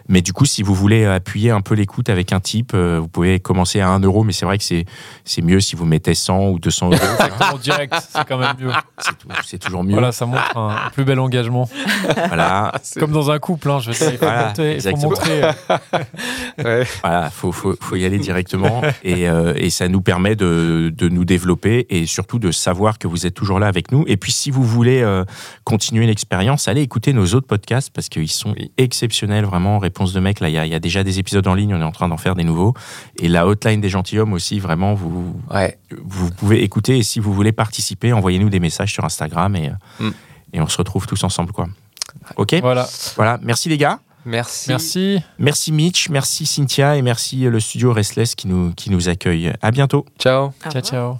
A: Mais du coup, si vous voulez appuyer un peu l'écoute avec un type, euh, vous pouvez commencer à 1 euro, mais c'est vrai que c'est c'est mieux si vous mettez 100 ou 200 euros. Enfin,
C: En direct, c'est quand même mieux.
A: c'est tou- c'est toujours mieux. Voilà.
C: Voilà, ça montre un plus bel engagement. Comme dans un couple, hein, je veux dire, il faut,
A: Voilà,
C: monter, il faut
A: exactement.
C: montrer. euh,
B: Ouais.
A: Voilà, faut, faut, faut y aller directement et, euh, et ça nous permet de, de nous développer et surtout de savoir que vous êtes toujours là avec nous. Et puis, si vous voulez euh, continuer l'expérience, allez écouter nos autres podcasts parce qu'ils sont exceptionnels, vraiment. Réponse de mec, là, il y, a- il y a déjà des épisodes en ligne, on est en train d'en faire des nouveaux. Et la hotline des gentilshommes aussi, vraiment, vous,
B: Ouais.
A: vous pouvez écouter. Et si vous voulez participer, envoyez-nous des messages sur Instagram et, euh,
B: Mm.
A: et on se retrouve tous ensemble, quoi. Ok
C: Voilà.
A: Voilà, merci les gars.
B: Merci.
C: Merci.
A: Merci Mitch, merci Cynthia et merci le studio Restless qui nous, qui nous accueille. À bientôt.
B: Ciao.
D: Au
C: Ciao,
D: revoir.
C: ciao.